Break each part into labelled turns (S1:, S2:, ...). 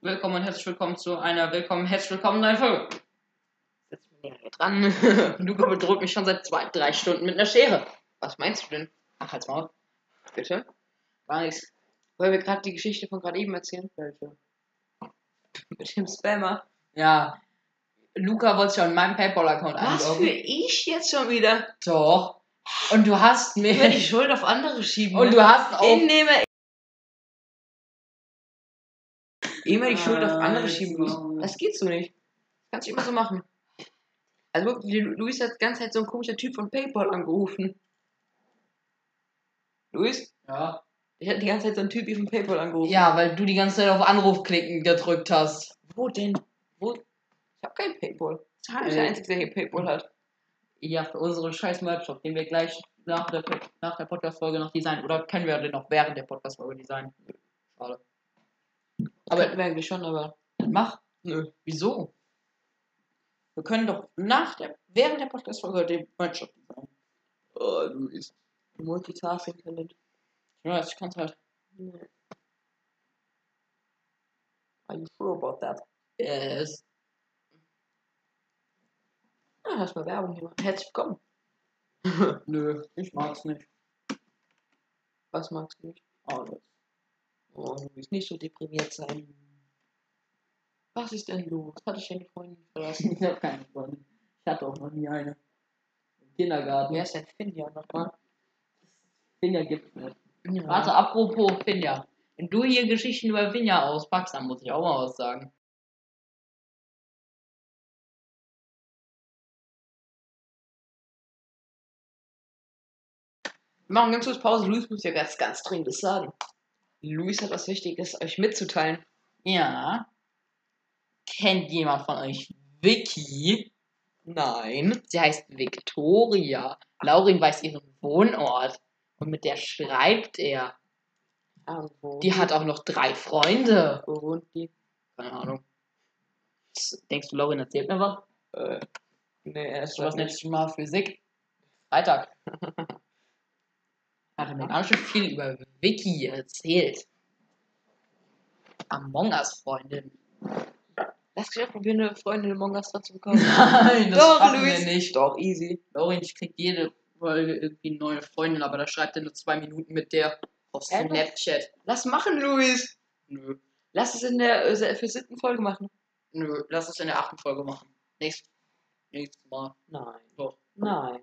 S1: Willkommen und herzlich willkommen zu einer willkommen, herzlich willkommen neuen Folge. Setz mich näher hier dran. Luca bedroht mich schon seit zwei, drei Stunden mit einer Schere. Was meinst du denn? Ach, halt's Maul. Bitte? War nix. Wollen wir gerade die Geschichte von gerade eben erzählen? Welche?
S2: Mit dem Spammer.
S1: Ja. Luca wollte sich an meinem PayPal-Account
S2: Was für
S1: einloggen.
S2: ich jetzt schon wieder?
S1: Doch. Und du hast
S2: Wenn
S1: mir.
S2: ich Schuld auf andere schieben ne?
S1: Und du hast auch.
S2: Innehme. Immer die Schuld auf andere
S1: Also.
S2: schieben, Luis. Das geht so nicht. Das kannst du immer so machen. Also wirklich, der Lu- Luis hat die ganze Zeit so ein komischer Typ von Paypal angerufen. Luis?
S1: Ja.
S2: Ich hatte die ganze Zeit so einen Typ hier von Paypal angerufen.
S1: ja, weil du die ganze Zeit auf Anruf klicken gedrückt hast.
S2: Wo denn? Wo? Ich hab kein Paypal. Das ist
S1: Äh.
S2: der Einzige, der hier Paypal hat.
S1: Ja, für unseren scheiß Merch-Shop, den wir gleich nach der, nach der Podcast-Folge noch designen. Oder können wir den noch während der Podcast-Folge designen? Schade.
S2: Aber
S1: Aber
S2: wir eigentlich schon, aber.
S1: mach. Nö. Wieso? Wir können doch nach der, während der Podcast-Folge den Merch-Shop designen.
S2: Oh, Luis. Multitasking-Talent.
S1: Ja, ich kann's halt.
S2: Are you sure about that?
S1: Yes.
S2: Ah, lass mal Werbung hier machen. Herzlich willkommen.
S1: Nö, ich mag's nicht.
S2: Was magst du nicht?
S1: Alles.
S2: Oh, du willst nicht so deprimiert sein. Was ist denn los? Hatte ich deine Freundin verlassen?
S1: Ich hab keine Freunde. Ich hatte auch noch nie eine. Im Kindergarten.
S2: Wer ist denn Finja nochmal?
S1: Finja gibt's nicht.
S2: Ja.
S1: Warte, apropos Finja. Wenn du hier Geschichten über Finja auspackst, dann muss ich auch mal was sagen.
S2: Wir machen ganz kurz Pause. Luis muss ja ganz, ganz dringendes sagen. Luis hat was Wichtiges, euch mitzuteilen.
S1: Ja. Kennt jemand von euch Vicky?
S2: Nein.
S1: Sie heißt Victoria. Laurin weiß ihren Wohnort. Und mit der schreibt er.
S2: Ah, wo?
S1: Die hat auch noch drei Freunde.
S2: Wo wohnt die?
S1: Keine Ahnung. Denkst du, Laurin erzählt mir was?
S2: Äh, nee, er ist
S1: Du warst letztes Mal Physik. Freitag. Hat er mir ganz schön viel über Vicky erzählt. Among Us Freundin.
S2: Lass dich auch probieren, eine Freundin um im Mongas zu bekommen.
S1: Nein,
S2: Doch,
S1: schaffen wir
S2: Luis.
S1: nicht.
S2: Doch, easy.
S1: Laurin kriegt jede Folge irgendwie eine neue Freundin, aber da schreibt er nur zwei Minuten mit der auf
S2: Äh, doch.
S1: Snapchat.
S2: Lass machen, Luis.
S1: Nö,
S2: Lass es in der äh, für siebten Folge machen.
S1: nö, lass es in der achten Folge machen. Nächstes, nächstes Mal.
S2: Nein.
S1: Doch,
S2: Nein.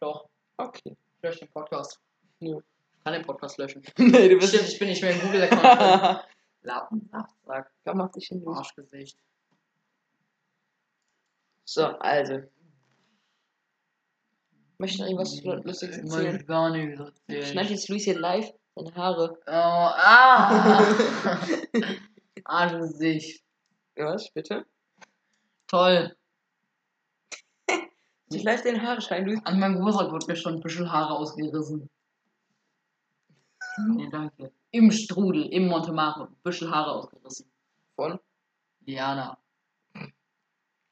S1: doch.
S2: Okay.
S1: Ich lösche den Podcast.
S2: Nö.
S1: Ich kann den Podcast löschen.
S2: nee, du
S1: Stimmt, ich bin nicht mehr im Google-Account. drin. Lappen, Nachtrag,
S2: Komm, mach dich hin, Luis.
S1: Arschgesicht.
S2: So, also. Möchtest du irgendwas Lustiges
S1: Ich möchte
S2: erzählen?
S1: gar nichts erzählen.
S2: Schneid jetzt Luis hier live seine Haare.
S1: Oh, ah! Arschgesicht.
S2: Was, bitte?
S1: Toll.
S2: Ich live den Haare schneiden, Luis.
S1: An meinem Geburtstag wird mir schon ein bisschen Haare ausgerissen. Nee, danke. Im Strudel, im Montemare, ein bisschen Haare ausgerissen.
S2: Von?
S1: Liana.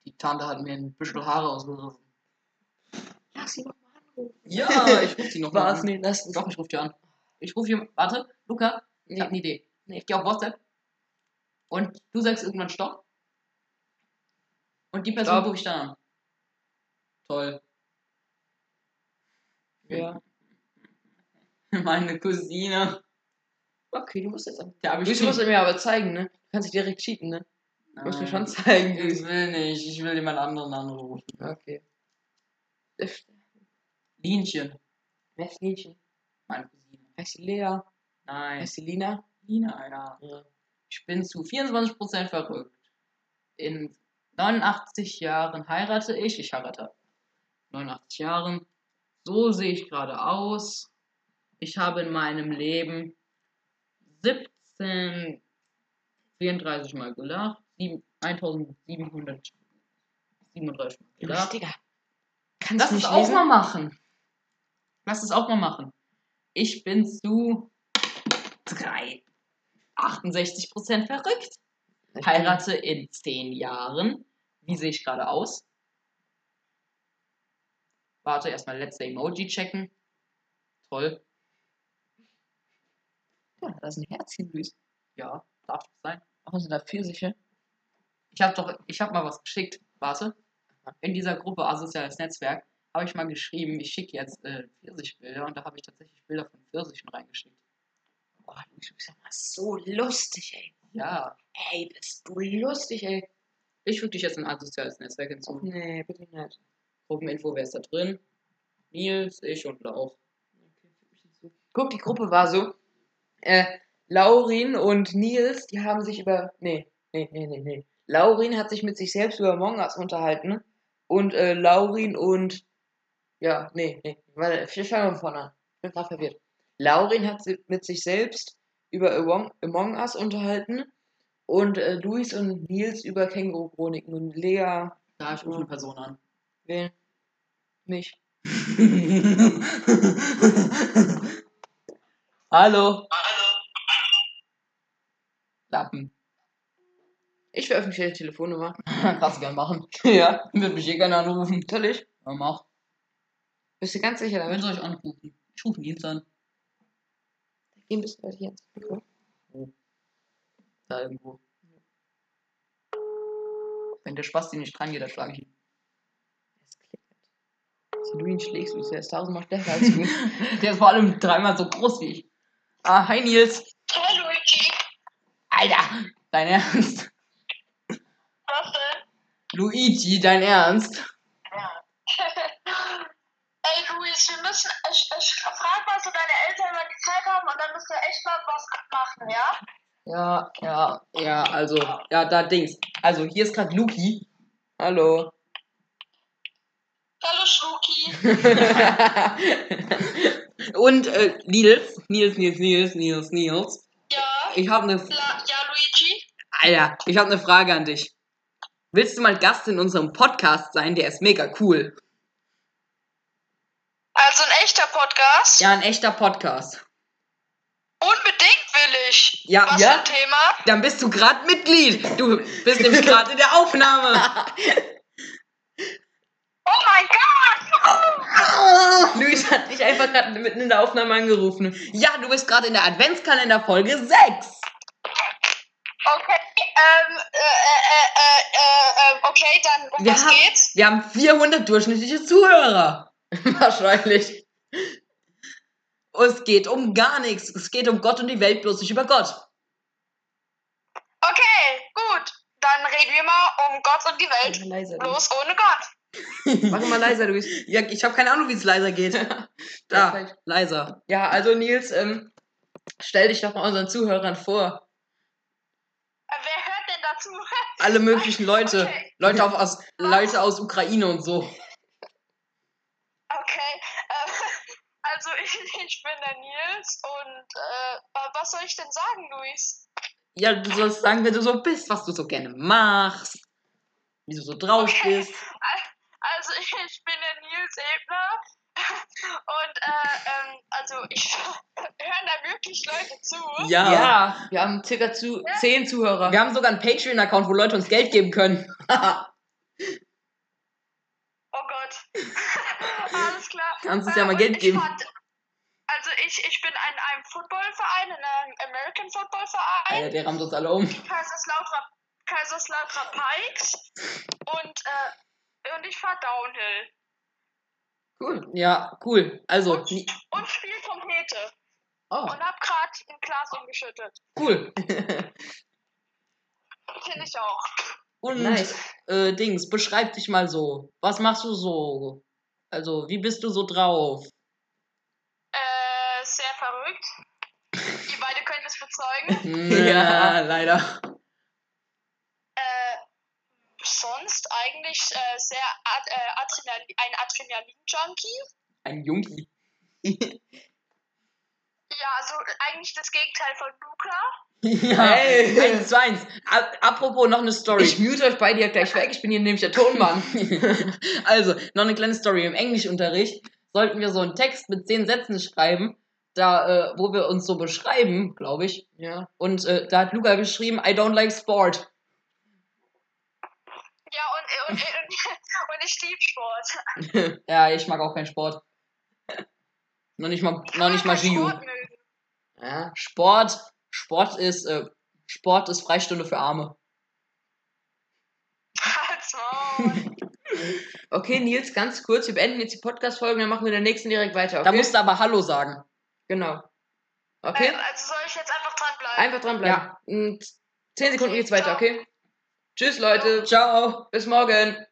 S1: Die Tante hat mir ein bisschen Haare ausgerissen.
S2: Lass ihn nochmal anrufen.
S1: Ja, ich ruf die noch mal
S2: War es
S1: an.
S2: nicht, lass es.
S1: Doch, ich ruf die an. Ich ruf die, warte, Luca, ich
S2: Nee.
S1: hab eine Idee.
S2: Nee.
S1: Ich geh auf WhatsApp und du sagst irgendwann Stopp. Und die Person
S2: Stopp.
S1: rufe ich dann an. Toll.
S2: Ja.
S1: Meine Cousine.
S2: Okay, du musst jetzt am.
S1: Der habe
S2: Luis, du musst mir aber zeigen, ne? Du kannst dich direkt cheaten, ne? Du musst mir schon zeigen,
S1: Ich
S2: Luis.
S1: will nicht, ich will jemand anderen anrufen.
S2: Okay.
S1: Linchen.
S2: Wer ist Lienchen?
S1: Meine Cousine.
S2: Heißt die Lea?
S1: Nein.
S2: Heißt die Lina?
S1: Lina, ja.
S2: Ja.
S1: Ich bin zu 24% verrückt. In 89 Jahren heirate ich. Ich heirate. 89 Jahren. So sehe ich gerade aus. Ich habe in meinem Leben 17, 34 Mal gelacht. sieben- 1737 Mal
S2: Luis,
S1: gelacht.
S2: Digga. Kannst
S1: Lass
S2: du
S1: es
S2: nicht
S1: auch
S2: lesen?
S1: mal machen. Lass es auch mal machen. Ich bin zu 3, 68% verrückt. Heirate in 10 Jahren. Wie sehe ich gerade aus? Warte, erstmal letzte Emoji checken. Toll.
S2: Ja, da ist ein Herzchen, Luis.
S1: Ja. Darf das sein?
S2: Warum sind da Pfirsiche?
S1: Ich habe doch, ich habe mal was geschickt. Warte. In dieser Gruppe also Asoziales Netzwerk habe ich mal geschrieben, ich schicke jetzt äh, Pfirsichbilder und da habe ich tatsächlich Bilder von Pfirsichen reingeschickt.
S2: Boah, du bist ja mal so lustig, ey.
S1: Ja.
S2: Ey, bist du lustig, ey.
S1: Ich füge dich jetzt in ein asoziales Netzwerk hinzu.
S2: Nee, bitte nicht.
S1: Gruppeninfo, wer ist da drin? Nils, ich und Lauch.
S2: Guck, die Gruppe war so. Äh, Laurin und Nils, die haben sich über. Nee, nee, nee, nee, nee. Laurin hat sich mit sich selbst über Among Us unterhalten. Und äh, Laurin und. Ja, nee, nee. Warte, wir fangen von vorne an. Ich bin gerade verwirrt. Laurin hat sich mit sich selbst über Among, Among Us unterhalten. Und äh, Luis und Nils über Känguru-Chroniken. Und Lea.
S1: Da ich rufe eine Person an.
S2: Wen? Mich. Hallo.
S1: Lappen.
S2: Ich veröffentliche die Telefonnummer.
S1: Kannst du gern machen.
S2: ja.
S1: Würde mich eh gerne anrufen.
S2: Natürlich.
S1: Ja, mach.
S2: Bist du ganz sicher
S1: Wen
S2: damit?
S1: soll ich anrufen? Ich rufe Nils an.
S2: Geh ein bisschen weiter hier ans Mikro.
S1: Da irgendwo. Wenn der Spasti nicht dran geht, dann schlage ich ihn.
S2: Es klickert. Also du ihn schlägst, bist du erst tausendmal stärker als du.
S1: Der ist vor allem dreimal so groß wie ich. Ah, hi Nils.
S3: Hallo, Ricky.
S1: Alter, dein Ernst.
S3: Was denn?
S1: Luigi, dein Ernst.
S3: Ey, Luis, wir müssen. Ich, ich frag mal so deine Eltern, wenn die Zeit haben, und dann müssen wir echt mal was abmachen, ja?
S1: Ja, ja, ja, also, ja, da Dings. Also, hier ist gerade Luki.
S2: Hallo.
S3: Hallo, Schnuki.
S1: Und äh, Nils. Nils, Nils, Nils, Nils, Nils.
S3: Ja?
S1: Ich habe eine
S3: La, ja, Luigi?
S1: Alter, ich habe eine Frage an dich. Willst du mal Gast in unserem Podcast sein? Der ist mega cool.
S3: Also ein echter Podcast?
S1: Ja, ein echter Podcast.
S3: Unbedingt will ich.
S1: Ja,
S3: was
S1: ja.
S3: für ein Thema?
S1: Dann bist du gerade Mitglied. Du bist nämlich gerade in der Aufnahme.
S3: Oh mein Gott!
S2: Luis hat dich einfach gerade mitten in der Aufnahme angerufen.
S1: Ja, du bist gerade in der Adventskalenderfolge 6.
S3: Okay, ähm, äh, äh, äh, äh, äh, okay, dann, um
S1: Wir
S3: was
S1: haben-
S3: geht's?
S1: Wir haben 400 durchschnittliche Zuhörer.
S2: Wahrscheinlich.
S1: Und es geht um gar nichts. Es geht um Gott und die Welt, bloß nicht über Gott.
S3: Okay, gut. Dann reden wir mal um Gott und die
S2: Mach
S3: Welt.
S2: mal leiser, Luis.
S3: Bloß ohne Gott.
S2: Halt. Mach mal leiser, Luis.
S1: Ja, ich habe keine Ahnung, wie es leiser geht. Da,
S2: Perfekt.
S1: leiser.
S2: Ja, also Nils, ähm, stell dich doch mal unseren Zuhörern vor.
S3: Äh, Wer hört denn dazu?
S1: Alle möglichen Leute.
S3: Okay.
S1: Leute, auf, aus, Leute aus Ukraine und so.
S3: Okay, äh, also ich, ich bin der Nils und äh, wa- was soll ich denn sagen, Luis?
S1: Ja, du sollst sagen, wer du so bist, was du so gerne machst, wie du so drauf
S3: Okay.
S1: bist.
S3: Also ich bin der Nils Ebner und äh, ähm, also ich hören da wirklich Leute zu.
S1: Ja.
S2: Ja, wir haben circa zu zehn Zuhörer.
S1: Wir haben sogar einen Patreon-Account, wo Leute uns Geld geben können.
S3: Oh Gott. Alles klar.
S1: Kannst uns ja
S3: Äh,
S1: mal
S3: und
S1: Geld
S3: ich
S1: geben.
S3: fand- also ich, ich bin an einem Footballverein, in einem American Football Verein.
S1: Alter, der rammt uns alle um.
S3: Kaiserslautern, Kaiserslautern Pikes und, äh, und ich fahr Downhill.
S1: Cool. Ja, cool. Also,
S3: Und,
S1: ni-
S3: und spiel Trompete.
S1: oh,
S3: Und hab grad ein Glas umgeschüttet.
S1: cool.
S3: Finde ich auch.
S1: Und
S2: Nice.
S1: äh, Dings, beschreib dich mal so. Was machst du so? Also, wie bist du so drauf?
S3: Äh, sehr verrückt. Ihr beide könnt es bezeugen.
S1: Ja, leider.
S3: Äh, sonst eigentlich äh, sehr ad, äh, Adrenalin, ein Adrenalin-Junkie.
S1: Ein Junkie.
S3: Ja, also eigentlich das Gegenteil von Luca.
S1: Ja,
S2: Hey.
S1: eins zu eins. A- Apropos noch eine Story.
S2: Ich mute euch beide ja gleich weg. Ich bin hier nämlich der Tonmann.
S1: also, noch eine kleine Story. Im Englischunterricht sollten wir so einen Text mit zehn Sätzen schreiben, da, äh, wo wir uns so beschreiben, glaube ich.
S2: ja.
S1: Und äh, da hat Luca geschrieben, I don't like sport.
S3: Ja, und, und, und, und ich liebe Sport.
S1: Ja, ich mag auch keinen Sport. noch nicht mal, noch nicht mal
S3: Sport
S1: Jiu.
S3: mögen.
S2: ja.
S1: Sport, Sport ist, äh, Sport ist Freistunde für Arme.
S3: Halt's Maul.
S2: Okay, Nils, ganz kurz, wir beenden jetzt die Podcast-Folge und dann machen wir in der nächsten direkt weiter. Okay?
S1: Da musst du aber Hallo sagen.
S2: genau. Okay?
S3: Ähm, also soll ich jetzt einfach dranbleiben?
S2: Einfach dranbleiben. In zehn Sekunden geht's weiter, okay? Tschüss, Leute.
S1: Ciao.
S2: Bis morgen.